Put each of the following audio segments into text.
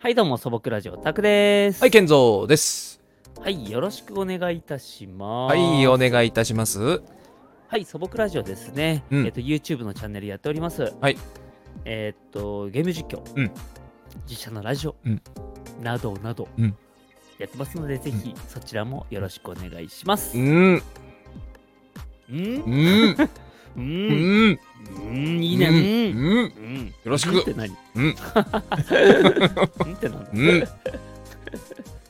はい、どうも、素朴ラジオ、タクです。はい、健三です。はいよろしくお願いいたします。はい、お願いいたします。はい、素朴ラジオですね。うんえっと、YouTube のチャンネルやっております。はい。えっと、ゲーム実況、うん実写のラジオ、うんなどなど、うんやってますので、ぜひそちらもよろしくお願いします。ん、うん、うんうん、ううんん、うんいいいね。うんうん、うん。よろしくって何うんうんってなんだうん。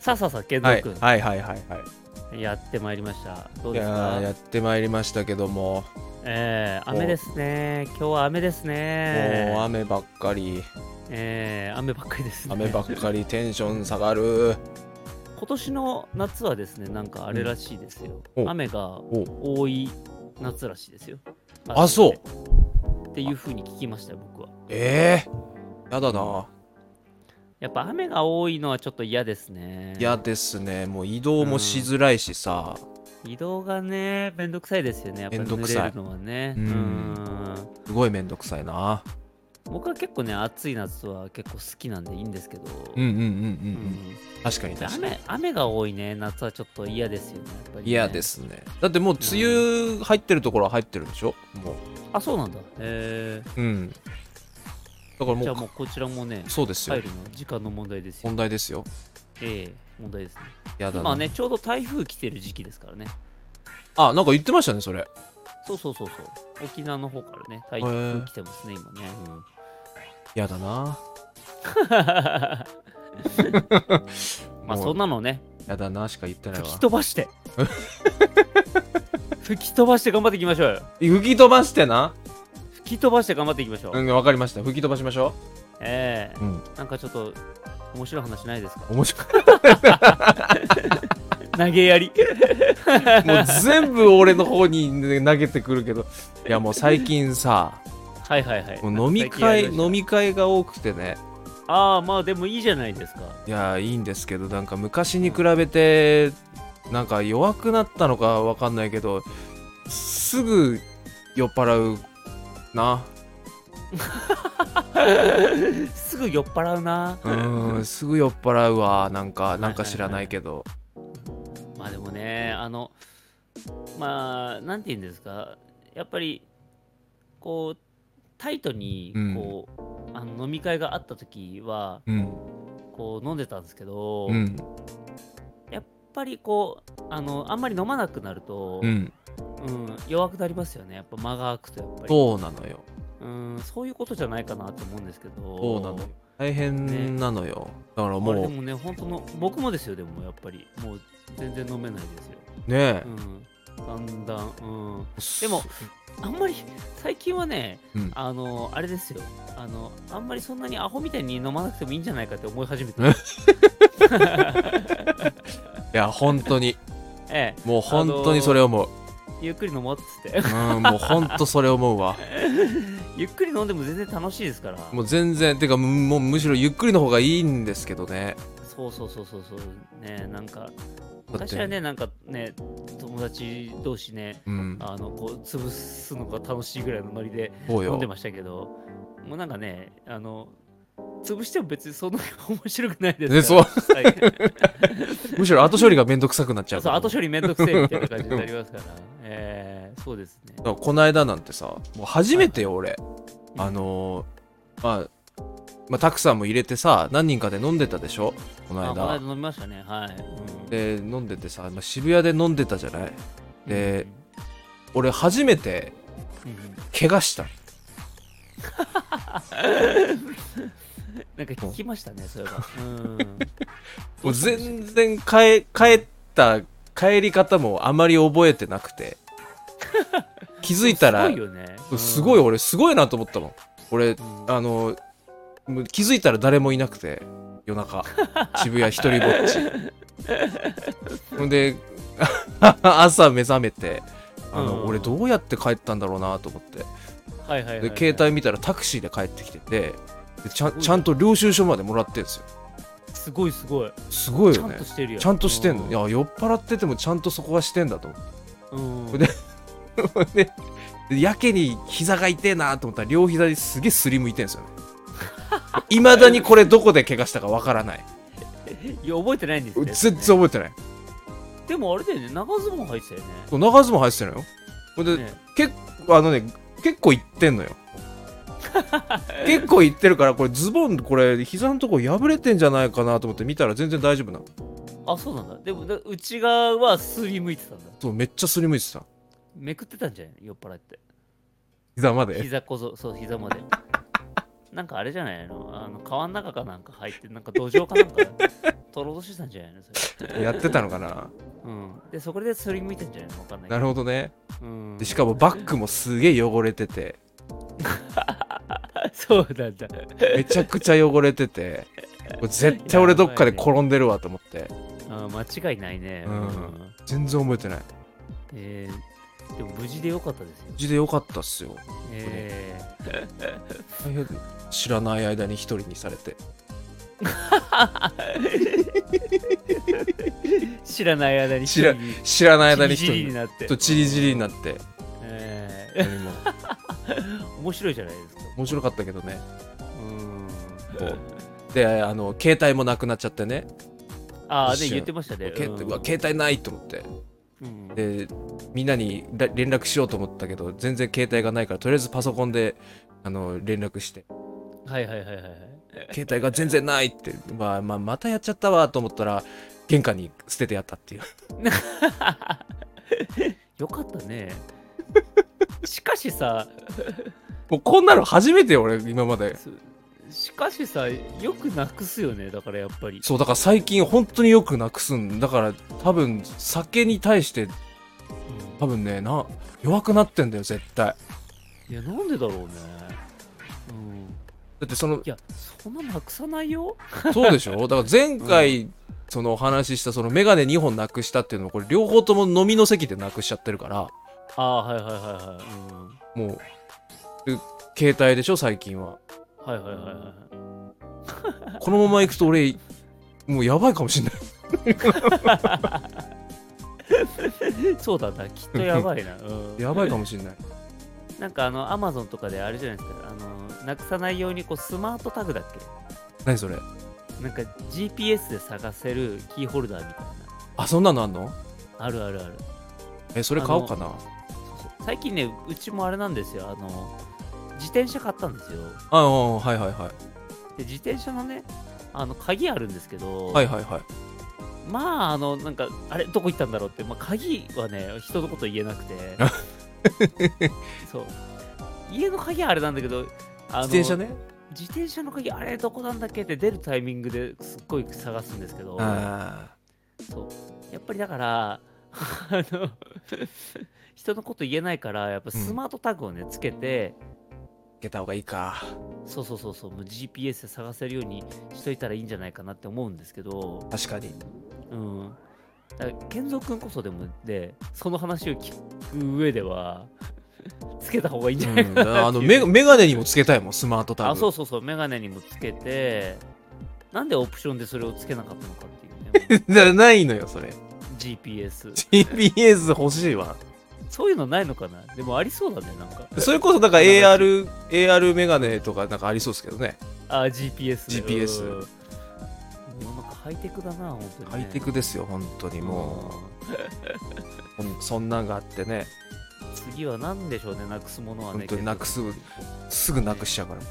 さあさあさあ、健は三い、君、はい、はい、はい、はやってまいりました。どい。ういですやかー、やってまいりましたけども、えー、雨ですね。今日は雨ですね。もう雨ばっかり、えー、雨ばっかりですね。雨ばっか り、テンション下がる。今年の夏はですね、なんかあれらしいですよ。うんお雨がお、多い夏らしいですよ。あそううっていうふうに聞きましたよ、僕は。ええー、やだな。やっぱ雨が多いのはちょっと嫌ですね。嫌ですね。もう移動もしづらいしさ。移動がね、めんどくさいですよね。やっぱめんどくさい濡れるのはね。うんんすごいめんどくさいな。僕は結構ね、暑い夏は結構好きなんでいいんですけど。うん、うん、うん、ううんん、うん。確かに、確かに。雨雨が多いね、夏はちょっと嫌ですよね。やっぱりね嫌ですね。だってもう梅雨入ってるところは入ってるでしょもあ、そうなんだ。えう。うん。だからー、もじゃあうもうこちらもね、そうですよ入。るの時間の問題ですよ問。題ですよ。ええ問題ですね。やだ今な。ね、ちょうど台風来てる時期ですからね。あ、なんか言ってましたね、それ。そうそうそうそう。沖縄の方からね、台風来てますね、今ね。うんやだな。 まあもうそんなのね、やだなしか言ってない吹わき。飛ば して。吹き飛ばして頑張っていきましょうよ。吹き飛ばしてな。吹き飛ばして頑張っていきましょう。うん、わかりました。吹き飛ばしましょええう。うん。なんかちょっと面白い話ないですか 面白い。投げやり。もう全部俺の方にね投げてくるけど。いや、もう最近さ、はいはいはい。もう飲み会、飲み会が多くてね。ああ、まあでもいいじゃないですか。いや、いいんですけど、なんか昔に比べて、なんか弱くなったのかわかんないけど、すぐ酔っ払うな。 すぐ酔っ払うな。うーん、すぐ酔っ払うわ。なんか、なんか知らないけど。まあでもね、あの、まあ、なんて言うんですか、やっぱり、こう、タイトにうん、こう、あの飲み会があった時は、うん。こう、飲んでたんですけど、うやっん。ぱりこう、あの、あんまり飲まなくなると、ううんん。弱くなりますよね。やっぱ間が空くと、やっぱり。そうなのよ。うん、そういうことじゃないかなと思うんですけど。そうなのよ。大変なのよ。だからあれでももね、本当の、僕もですよ、でもやっぱり、もう全然飲めないですよ。う、ねうん、だんだん、うん。え。でも、あんまり最近はね、うんあのあれですよあのあんまりそんなにアホみたいに飲まなくてもいいんじゃないかって思い始めていや、本当に。 ええもう本当にそれ思う。ゆっくり飲もうっつって うん、もう本当それ思 うわ。ゆっくり飲んでも全然楽しいですからもう全然、てか、むもうむしろゆっくりの方がいいんですけどね。そうそうそうそうそうねなんかだっ昔はて、ねなんかね友達同士ねうん、あのこう潰すのが楽しいぐらいのノリでそう飲んよで。ましたけどもうなんかねあの潰しても別にそんなに面白くないでですそうからはいむしろ後処理がめんどくさくなっちゃうそうから。後処理めんどくせえみたいな感じになりますから、えー、そうですね。だからこの間なんてさ、もう初めてよ、俺。うんあのー、まあ、まあ、たくさんも入れてさ、何人かで飲んでたでしょこのあこの間。間飲みましたね、はい。うん、で、飲んでてさ、まあ渋谷で飲んでたじゃないで俺、初めてうん、うんうん怪我した。なんか聞きましたね、そういえば。 うん、もう全然帰帰った帰り方もあまり覚えてなく て気づいたらすごいよね。すごいうん俺すごいなと思ったもん俺うんあのもう気づいたら誰もいなくて夜 中渋谷一人ぼっち ほんで朝目覚めてあの、うん俺どうやって帰ったんだろうなと思ってはいはいはい、で携帯見たらタクシーで帰ってきててでちゃすごいんねちゃんと領収書までもらってるんですよすごいすごい。すごいちゃよんねとしてるよ。ちゃんとしてんのういや酔っ払っててもちゃんとそこはしてんだと思っうん、で てでやけに膝が痛えなと思ったら両膝にすげえすりむいてんすよねいまだにこれどこで怪我したかわからないいや覚えてないんですよ、ね、全然覚えてないでもあれだよね長ズボン履いてたよそう長ズボン入ってたのよほんで、ねね結構あのね結構いってん のよ結構いってるからこれズボンこれ膝のとこ破れてんじゃないかなと思って見たら全然大丈夫なのあそうなんだでもだ内側はすりむいてたんだそうめっちゃすりむいてためくってたんじゃない酔っ払って膝まで膝こそそう膝までなんかあれじゃないのあの川の中かなんか入ってなんか土壌かなんか 取ろうとしてたんじゃないのそれ、やってたのかなうん、でそこでそり向いてんじゃないのわかんないなけるどほどねうんでしかもバッグもすげえ汚れてて そうなんだめちゃくちゃ汚れててこれ絶対俺どっかで転んでるわと思ってあ間違いないねうん全然覚えてないえーでも無事でよかったですよ無事でよかったっすよえー大変知らない間に一人にされて 知らない間に知ら知らない間に一一人人にになってとチリジリになってえでもー面白いじゃないですか面白かったけどねうんそうであの携帯もなくなっちゃってねああ一ね瞬言ってましたね携帯うんうわ携帯ないと思ってうんでみんなにら連絡しようと思ったけど全然携帯がないからとりあえずパソコンであの連絡してはいはいはいはいはい携帯が全然ないって、まあまあ、またやっちゃったわと思ったら玄関に捨ててやったっていうよかったねしかしさもうこんなの初めてよ俺今まですしかしさよくなくすよねだからやっぱりそうだから最近本当によくなくすんだから多分酒に対して多分ねな弱くなってんだよ絶対いやなんでだろうねうんだってそのいやそんななくさないよ そうでしょだから前回、そのお話ししたそのメガネ2本なくしたっていうのもこれ両方とも飲みの席でなくしちゃってるからああはいはいはいはい、うん、もうで携帯でしょ最近ははいはいはいはいこのまま行くと俺もうやばいかもしんないそうだな、きっとやばいな。うん、やばいかもし んないなんかあの、アマゾンとかであれじゃないですか、あの、なくさないようにこうスマートタグだっ何それけなんか GPS で探せるキーホルダーみたいな。あそんなのあんのあるあるある。えそれ買おうかなそうそう最近ね、うちもあれなんですよ、あの、自転車買ったんですよ。ああはいはいはいで、自転車のね、あの、鍵あるんですけど、はいはいはいまあ、あの、なんか、あれ、どこ行ったんだろうって、まあ、鍵はね、人のこと言えなくて。 そう。家の鍵はあれなんだけど、あの自転車ね自転車の鍵あれどこなんだっけって出るタイミングですっごい探すんですけどあそうやっぱりだからあの 人のこと言えないからやっぱスマートタグをねつけて、あけた方がいいかそうそうそうそうもう GPS で探せるようにしといたらいいんじゃないかなって思うんですけど確かにうんだから健三君こそでもでその話を聞く上ではつけた方がいいんじうゃないかんなっていうあ のメメガネにもつけたいもんスマートタグあそううそうそうメガネにもつけてなんでオプションでそれをつけなかったのかっていうね ないのよそれ GPS GPS 欲しいわそういうのないのかなでもありそうだねなんかそれこそなんか AR, AR メガネとかなんかありそうですけどねあ GPS ね GPS うんもうなんかハイテクだな本当に、ね、ハイテクですよ本当にもう、ほんそんなんがあってねうん次は何でしょうねなくすものはね本当になくすすすぐなくしちゃうからこ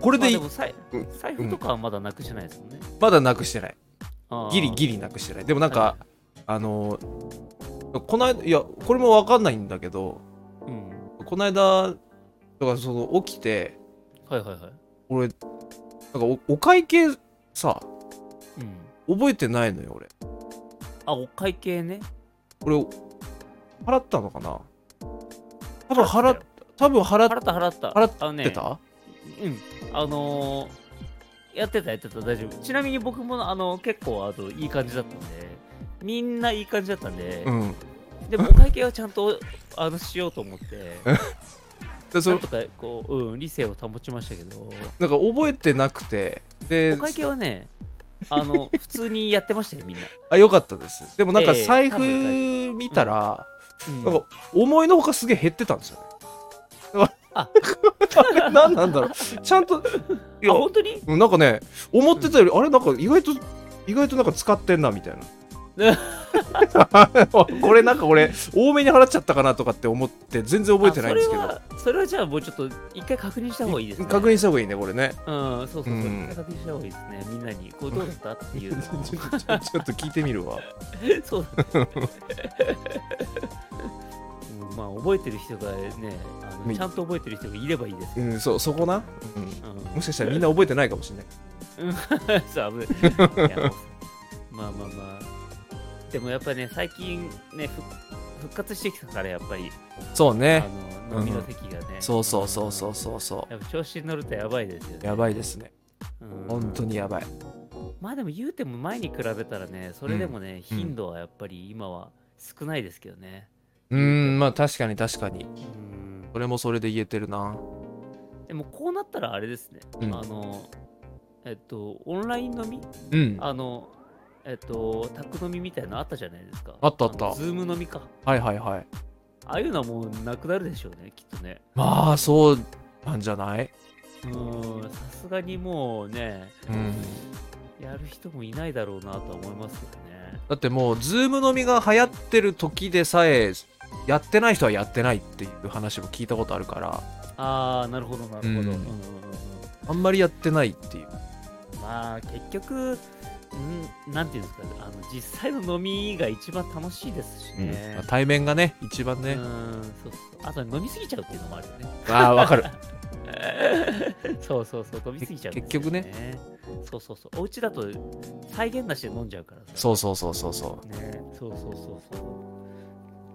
これで,、で,、もさいうん財布とかはまだなくしてないですもんね、まだなくしてないあーギリギリなくしてないでもなんか、はあのこの間いやこれも分かんないんだけどうんこの間だからその起きてはいはいはい俺なんかおお会計さうん覚えてないのよ俺あお会計ねこれ払ったのかな多分払っ多分払っ払った払った払ってあのねてた、うん、あのーやってたやってた大丈夫ちなみに僕もあの結構あのいい感じだったんでみんないい感じだったんで、うんでもお会計はちゃんとあのしようと思ってでそなんれとかこう、うん、理性を保ちましたけどなんか覚えてなくてでお会計はねあの普通にやってましたよみんな、あよかったですでもなんかええ財多分大布見たら、うんなんか思いのほかすげえ減ってたんですよねあ何 なんだろうちゃんといや本当にうんなんかね思ってたより、あれなんか意外と意外となんか使ってんなみたい なこれなんか俺多めに払っちゃったかなとかって思って全然覚えてないんですけあそどれはそれはじゃあもうちょっと一回確認した方がいいですね確認した方がいいねこれねうんそうそうそう、うん一回確認した方がいいです ねみんなにこれどうだったってちいょうの ちをょちょちょっと聞いてみるわそうだねうんまあ覚えてる人がねあまあのちゃんと覚えてる人がいればいいですうけど、んそうそこな、うんうん、もしかしたらみんな覚えてないかもしれない そう危ないいやもうまあまあまあでもやっぱね最近ね復復活してきたからやっぱりそうあねの飲みの席がね、そうそうそうそうそうそやっぱ調子に乗るとやばいですようねやばいですねうん本当にやばいまあでも言うても前に比べたらねそれでもね、頻度はやっぱり今は少ないですけどねうんまあ確かに確かにうんそれもそれで言えてるなでもこうなったらあれですね、うんあのえっとオンライン飲みうんあのえっと宅飲みみたいなのあったじゃないですかあったあったのズーム飲みかはいはいはいああいうのはもうなくなるでしょうねきっとねまあそうなんじゃない、うんさすがにもうねうん、やる人もいないだろうなとは思いますけどねだってもうズーム飲みが流行ってる時でさえやってない人はやってないっていう話も聞いたことあるからああなるほどなるほど、うんうんうんうんうんあんまりやってないっていうまあ結局んなんていうんですかねあの実際の飲みが一番楽しいですしね、まあ対面がね一番ね、うんそうそうあと飲みすぎちゃうっていうのもあるよね ああわかるそうそうそう、飛びすぎちゃうんですよ、結局ねそうそうそう、お家だと再現なしで飲んじゃうからさ。。そうそうそうそうそうね、そうそうそうそ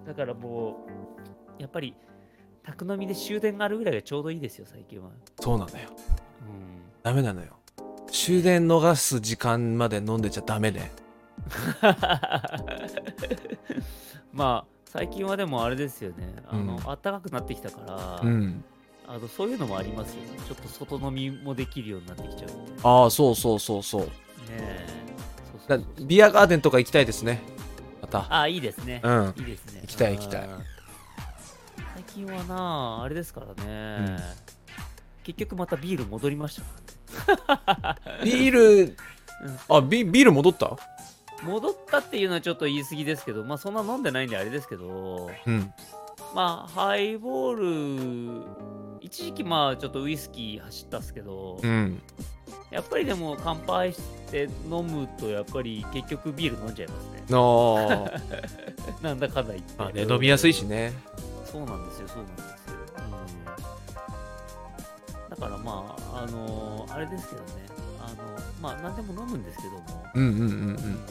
う。だからもう、やっぱり、宅飲みで終電があるぐらいがちょうどいいですよ、最近は。うそうなのようん。ダメなのよ終電逃す時間まで飲んでちゃダメね まあ、最近はでもあれですよね、あの、うん暖かくなってきたから、うんあのそういうのもありますよね。ちょっと外飲みもできるようになってきちゃうみたいな。ああそうそうそうそうねえ。そうそうそだうそうビアガーデンとか行きたいですねまたああ、いいですね。うんいいですね。行きたい行きたいうん。最近はなあ、あれですからね。うん結局またビール戻りましたかビールらね、あビビール戻ったうん戻ったっていうのはちょっと言い過ぎですけど、まあそんな飲んでないんであれですけど、うんまあハイボール、一時期まあちょっとウイスキー走ったっすけど、うんやっぱりでも乾杯して飲むとやっぱり結局ビール飲んじゃいますね。あ ーなんだかんだ言って。まあね飲みやすいしねそうなんですよ、そうなんですよ。うん、だからまあ、あのあれですけどね、あのまあ、何でも飲むんですけども、うんうんうんうん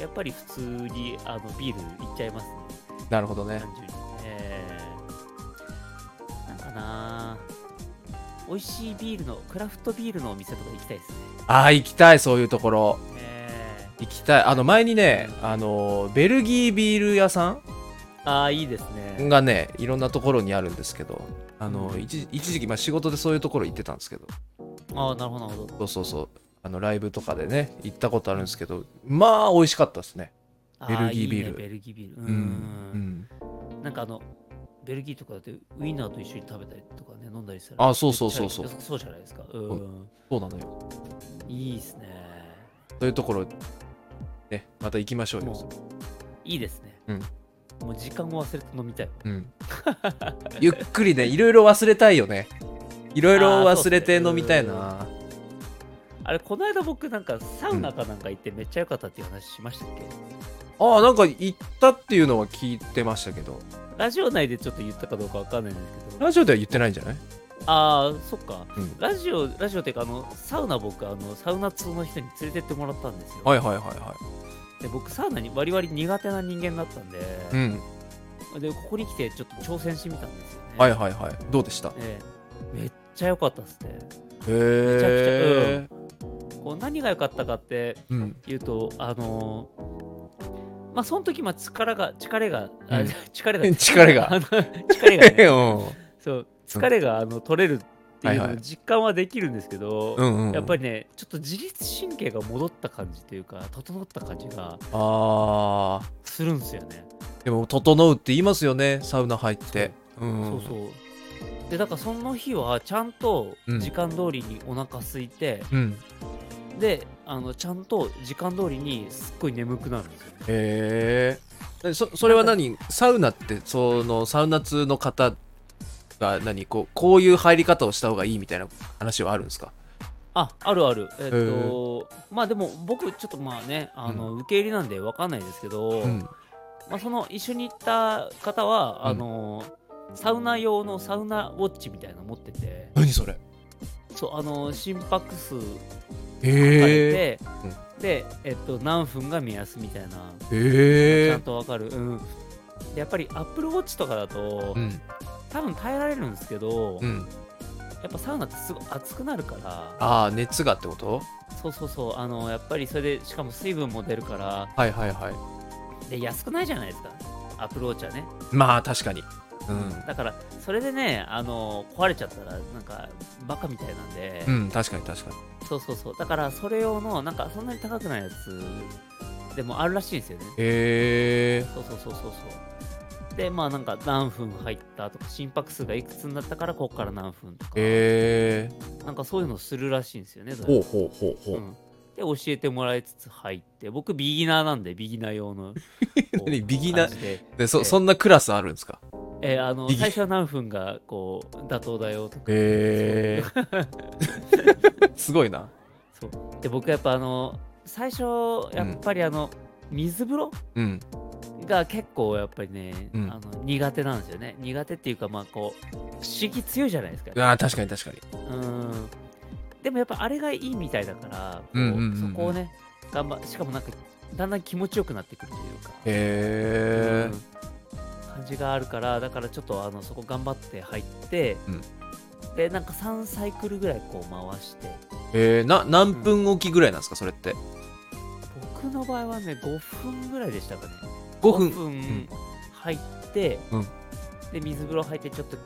やっぱり普通にあのビールいっちゃいますね、なるほどね単純に。えー、なんかなあ美味しいビールの、クラフトビールのお店とか行きたいですね。ああ行きたいそういうところえ行きたいあの前にねあのベルギービール屋さー、ああ、いいですね。んがねいろんなところにあるんですけどあの、うん一時一時期、まあ、仕事でそういうところ行ってたんですけどああ、なるほど、なるほど。そうそうそうあのライブとかでね行ったことあるんですけどまあ美味しかったですねあベルギーいビールいねベルギービール。う。うんうんなんかあのベルギーとかだってウインナーと一緒に食べたりとかね飲んだりしたらあそうそうそうそうめっちゃ良さそうじゃないですかうん、うそうなのよいいですねそういうところねまた行きましょうよもういいですね、もう時間を忘れて飲みたいうん、 ゆっくりねいろいろ忘れたいよねいろいろ忘れて飲みたいな、あれこの間僕なんかサウナかなんか行ってめっちゃ良かったっていう話しましたっけ、ああなんか行ったっていうのは聞いてましたけどラジオ内でちょっと言ったかどうかわかんないんですけどラジオでは言ってないんじゃないああそっかうんラジオラジオっていうかあのサウナ僕あのサウナ通の人に連れてってもらったんですよ、はいはいはいはで僕サウナに割り割り苦手な人間だったんで、いうんでここに来てちょっと挑戦してみたんですよねはいはいはいどうでしたへええめっちゃ良かったっすね。えこう何が良かったかってうんいうと、あのーまあ、その時まあ力が、疲れが、あうん 疲れが、 疲れがあの疲れが、ね、 うそう、疲れがあの取れるっていうはいはのをい実感はできるんですけど、んうんやっぱりりね、ちょっと自律神経が戻った感じというか、整った感じがああするんですよね。でも「整う」って言いますよねサウナ入ってうそんうそう。でだからその日はちゃんとうん時間通りにお腹空いて、うん。であのちゃんと時間通りにすっごい眠くなるんですよへえ。そそれは何サウナってそのサウナ通の方が何こうこういう入り方をした方がいいみたいな話はあるんですかああるあるえっ、へとまあでも僕ちょっとまあねあの、受け入れなんで分かんないですけど、うん。まあ、その一緒に行った方は、うんあのサウナ用のサウナウォッチみたいなの持ってて何それそうあの心拍数測れへて、え。で、えっと、何分が目安みたいなへちゃえん。とわかる、うん、でやっぱりアップルウォッチとかだと、うん。多分耐えられるんですけど、うん。やっぱサウナってすごい熱くなるからああ、熱がってことそうそうそうあのやっぱりそれでしかも水分も出るからはいはいはい。で安くないじゃないですかアップルウォッチはねまあ確かに。うん。だからそれでねあの壊れちゃったらなんかバカみたいなんで、うん、確かに確かに。そうそうそうだからそれ用のなんかそんなに高くないやつでもあるらしいんですよねへえ。そうそうそうそうそうでまあなんか何分入ったとか心拍数がいくつになったからここから何分とか、へえ。なんかそういうのをするらしいんですよねどうほやうらほうほうほうう。んで教えてもらいつつ入って僕ビギナーなんでビギナー用の 何ビギナーーで、で、そ、そんなクラスあるんですかえーあのビギ最初は何分がこう妥当だよとかへえ。 すごいな。そうで僕やっぱあの最初やっぱりあの、水風呂うん。が結構やっぱりね、うんあの苦手なんですよね苦手っていうかまあこう不思議強いじゃないですかああ、確かに確かに。うんでもやっぱあれがいいみたいだから、こううんうんうんうんそこをね頑張しかもなんかだんだん気持ちよくなってくるというか、へえうん。感じがあるからだからちょっとあのそこ頑張って入って、うんでなんか3サイクルぐらいこう回してえー、な何分おきぐらいなんですかそれって僕の場合はね5分ぐらいでしたかね5分ん入って、うんで水風呂入ってちょっと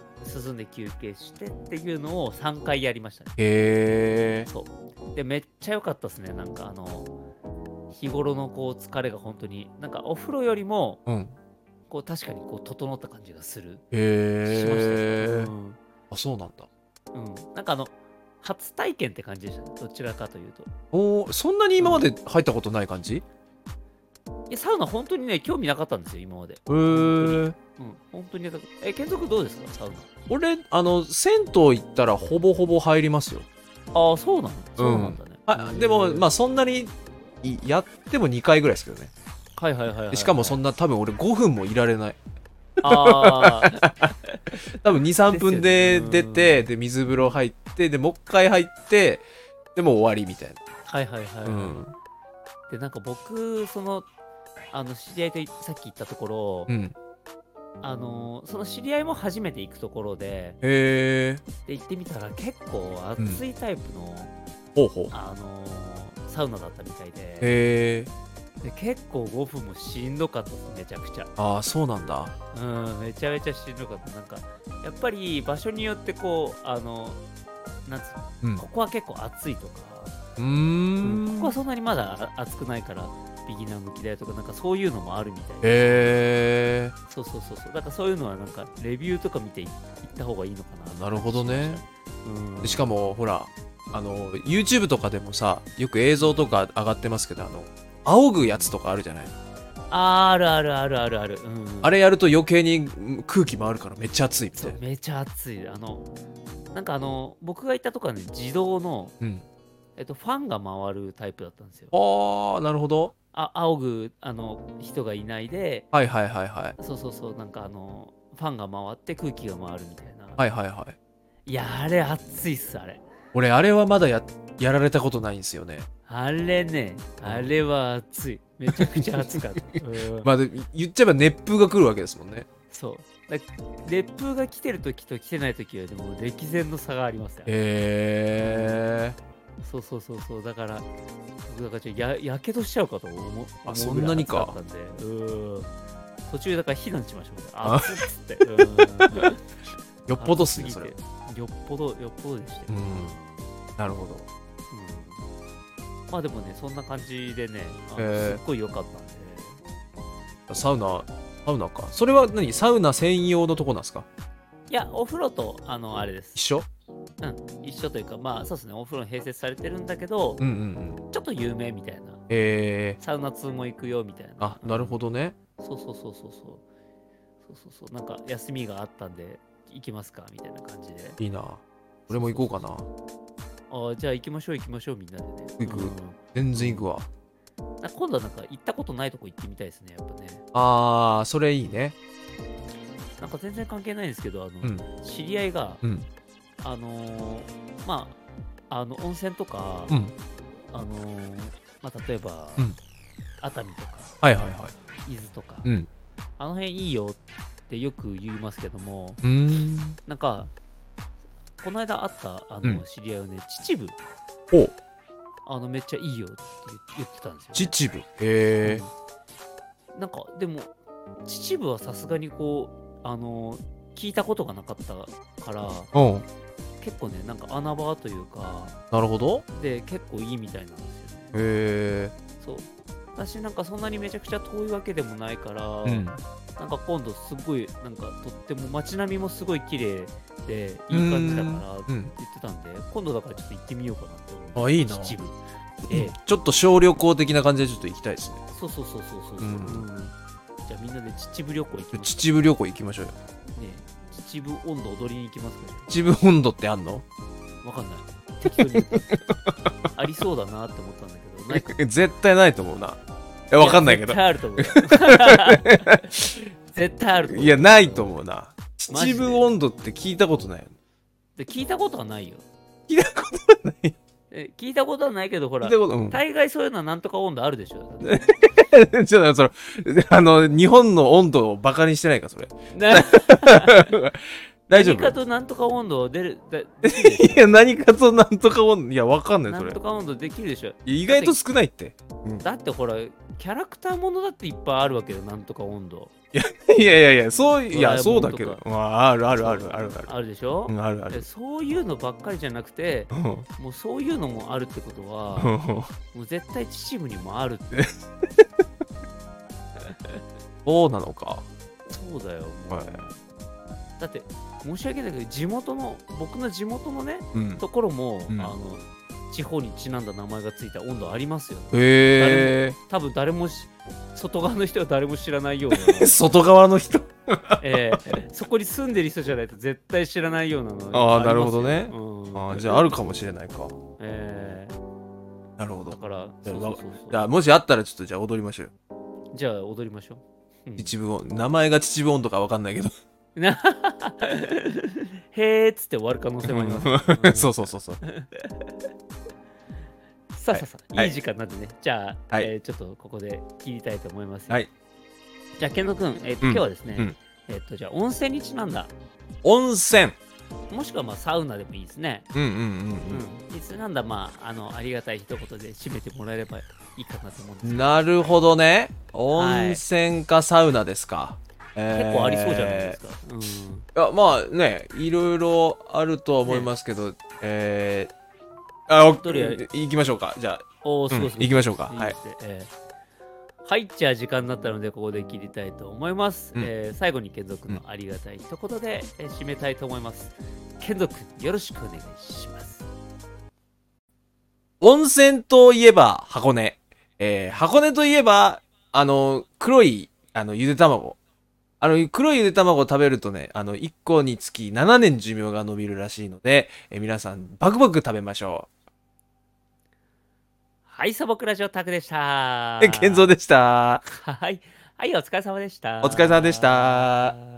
涼んで休憩してっていうのを3回やりましたねへえそうでめっちゃ良かったですねなんかあの日頃のこう疲れが本当になんかお風呂よりもうんこう確かにこう整った感じがするしへましたねえうんあそうなんだうん、なんかあの初体験って感じでしたねどちらかというとおーそんなに今まで入ったことない感じへいやサウナ本当にね興味なかったんですよ今までえうん本当にねえ健くどうですかサウナ俺あの銭湯行ったらほぼほぼ入りますよああそうなのそうなんだね、あでもまあそんなにいやっても2回ぐらいですけどねあはいはいはいはい、でしかもそのんな多分俺5分もいられないああ多分23分でですよね出てで水風呂入ってでもう一回入ってでもう終わりみたいはいはいはい、なうんでなんか僕そのあの知り合いとさっき言ったところ、うんあのその知り合いも初めて行くところでへえで行ってみたら結構熱いタイプの、ほうほうあのサウナだったみたいでへえで結構5分もしんどかったですめちゃくちゃああそうなんだうんめちゃめちゃしんどかったなんかやっぱり場所によってこうあのなんつうのうんここは結構暑いとか、うーんここはそんなにまだ暑くないからビギナー向きだよとかなんかそういうのもあるみたいでへえそうそうそうそうだからそういうのはなんかレビューとか見てい行った方がいいのかななるほどねうんしかもほらあの YouTube とかでもさよく映像とか上がってますけどあの仰ぐやつとかあるじゃないあーあるあるあるあるある、うん、あれやると余計にうん空気回るからめっちゃ熱いみそたいうなめちゃ暑いあのなんかあの僕が行ったとこはね自動の、うんえっと、ファンが回るタイプだったんですよああなるほどあ仰ぐあの人がいないではいはいはいはいそうそうそうなんかあのファンが回って空気が回るみたいな、はいはいはいい、やあれ暑いっすあれ俺あれはまだややられたことないんですよねあれねあれは暑いめちゃくちゃ暑か った、うんまあで言っちゃえば熱風が来るわけですもんねそうだ熱風が来てる時と来てない時はでも歴然の差がありますよへえそうそうそうそうだから僕だからちょっとややけどしちゃうかと思うあ思うぐらそんいなにか暑ったんでうん途中だから避難しましょうね暑っつってうんよっぽどっすね暑そぎれてよっぽどよっぽどでしたようんなるほどうんまあでもねそんな感じでねあのへーすっごい良かったんでサウナサウナかそれは何サウナ専用のとこなんですかいや、お風呂と、あの、あれです一。緒うん、一緒というか、まあ、そうですね、お風呂併設されてるんだけど、うんうんうん。ちょっと有名みたいな。えー、サウナ通も行くよみたいな。あ、なるほどね。そうそうそうそうそう。そうそうそう。なんか休みがあったんで、行きますかみたいな感じで。いいな。俺も行こうかな。ああ、じゃあ行きましょう行きましょうみんなでね。行くうん全然行くわ。なんか今度はなんか行ったことないとこ行ってみたいですね、やっぱね。あー、それいいね。なんか全然関係ないんですけど、あの、うん。知り合いが、うん。あのーまあ、あの温泉とか、うん。あのーまあ、例えば、うん熱海とか、はいはいはい。伊豆とか、うん。あの辺いいよってよく言いますけども、うーん。なんか、この間会ったあうんの知り合いはね、秩父、おあのめっちゃいいよって言ってたんですよ、ね。秩父。へえ。なんか、でも、秩父はさすがにこう、あの、聞いたことがなかったから、うん。結構ね、なんか穴場というか、なるほど。で、結構いいみたいなんですよね。へえ。そう。私なんかそんなにめちゃくちゃ遠いわけでもないから、うん。なんか今度すごい、なんかとっても街並みもすごい綺麗で、いい感じだからってう言ん。ってたんで、今度だからちょっと行ってみようかなって思って。あ、いいな。秩父。ええ、ちょっと小旅行的な感じでちょっと行きたいですね。そうそうそうそうそうそう、うんじゃあみんなで秩父旅行行きます秩父旅行行きましょうよ。ね。秩父温度踊りに行きますかね。秩父温度ってあんのわかんない。適当に言ったありそうだなって思ったんだけど、ないか 絶対ないと思うな。え、わかんないけど絶。対あると思う。絶対あると思う。いや、ないと思うな。マジで秩父温度って聞いたことないよね。で聞いたことはないよ。聞いたことない。え聞いたことはないけど、ほ聞らいた、こと、うん。 大概そういうのはなんとか温度あるでしょ。 ちょっと、その、あの、日本の温度をバカにしてないか、それ。な大丈何か夫となんとか温度出る、だできるでしいや、何かとなんとか温度、いや、わかんょない、なそんれと。か温度できるでしょ。意外と少ないって。だってほら、キャラクターものだっていっぱいあるわけよ、なんとか温度。いやいやいや、そう、いや、そドうラだえもんとかけど。うんあるあるあるあるある。あるでしょ、うん、あるあるで。そういうのばっかりじゃなくてうんうんもうそういうのもあるってことはもう絶対秩父にもあるってそうなのか。そうだよもう、はいだって申し訳ないけど地元の僕の地元のねうん。ところも、うんあの地方にちなんだ名前がついた温度ありますよへ多分誰もし外側の人は誰も知らないような え。、外側の人。ええそこに住んでる人じゃないと絶対知らないようなのああ、りますよなるほどね。うん、あーじゃあ、あるかもしれないか。ええなるほどだ。からじゃそあうそうそうそうじゃあ、もしあったら、ちょっとじゃあ踊りましょうよ。じゃあ踊りましょう。うん秩父音。名前が秩父音とかわかんないけど。 なへーっつって終わる可能性もあります。 そうそうそうそう。さあさあさあ、はいいい時間なんでね、じゃあ、はいえーちょっとここで切りたいと思いますよ。はいじゃあ、健野君、えーとう今ん日はですね、うんえーとじゃあ温泉にちなんだ、温泉。もしくはまあサウナでもいいですね。うんうんうん、にちなんだ、まあ、あのありがたい一言で締めてもらえればいいかなと思うんでうすん。なるほどね。温泉かサウナですか。けど、結結構ありそうじゃないですか。か。うんいや、まあね、いろいろあるとは思いますけど、えー、あ、おとりあえず行きましょうか。じゃあ、おーすごいすうごんい行きましょうか。いいはいで。すねえーはい、じゃあ時間になったのでここで切りたいと思います。うんえー最後に健三君のありがたい一言で、えー締めたいと思います。健三君よろしくお願いします。温泉といえば箱根。えー、箱根といえば、あの、黒い、あの、ゆで卵。あの、黒いゆで卵を食べるとね、あの、1個につき7年寿命が伸びるらしいので、えー皆さん、バクバク食べましょはい、素朴ラジオタクでしう。た え、。健三でした。はい、はい、お疲れ様でした。お疲れ様でした。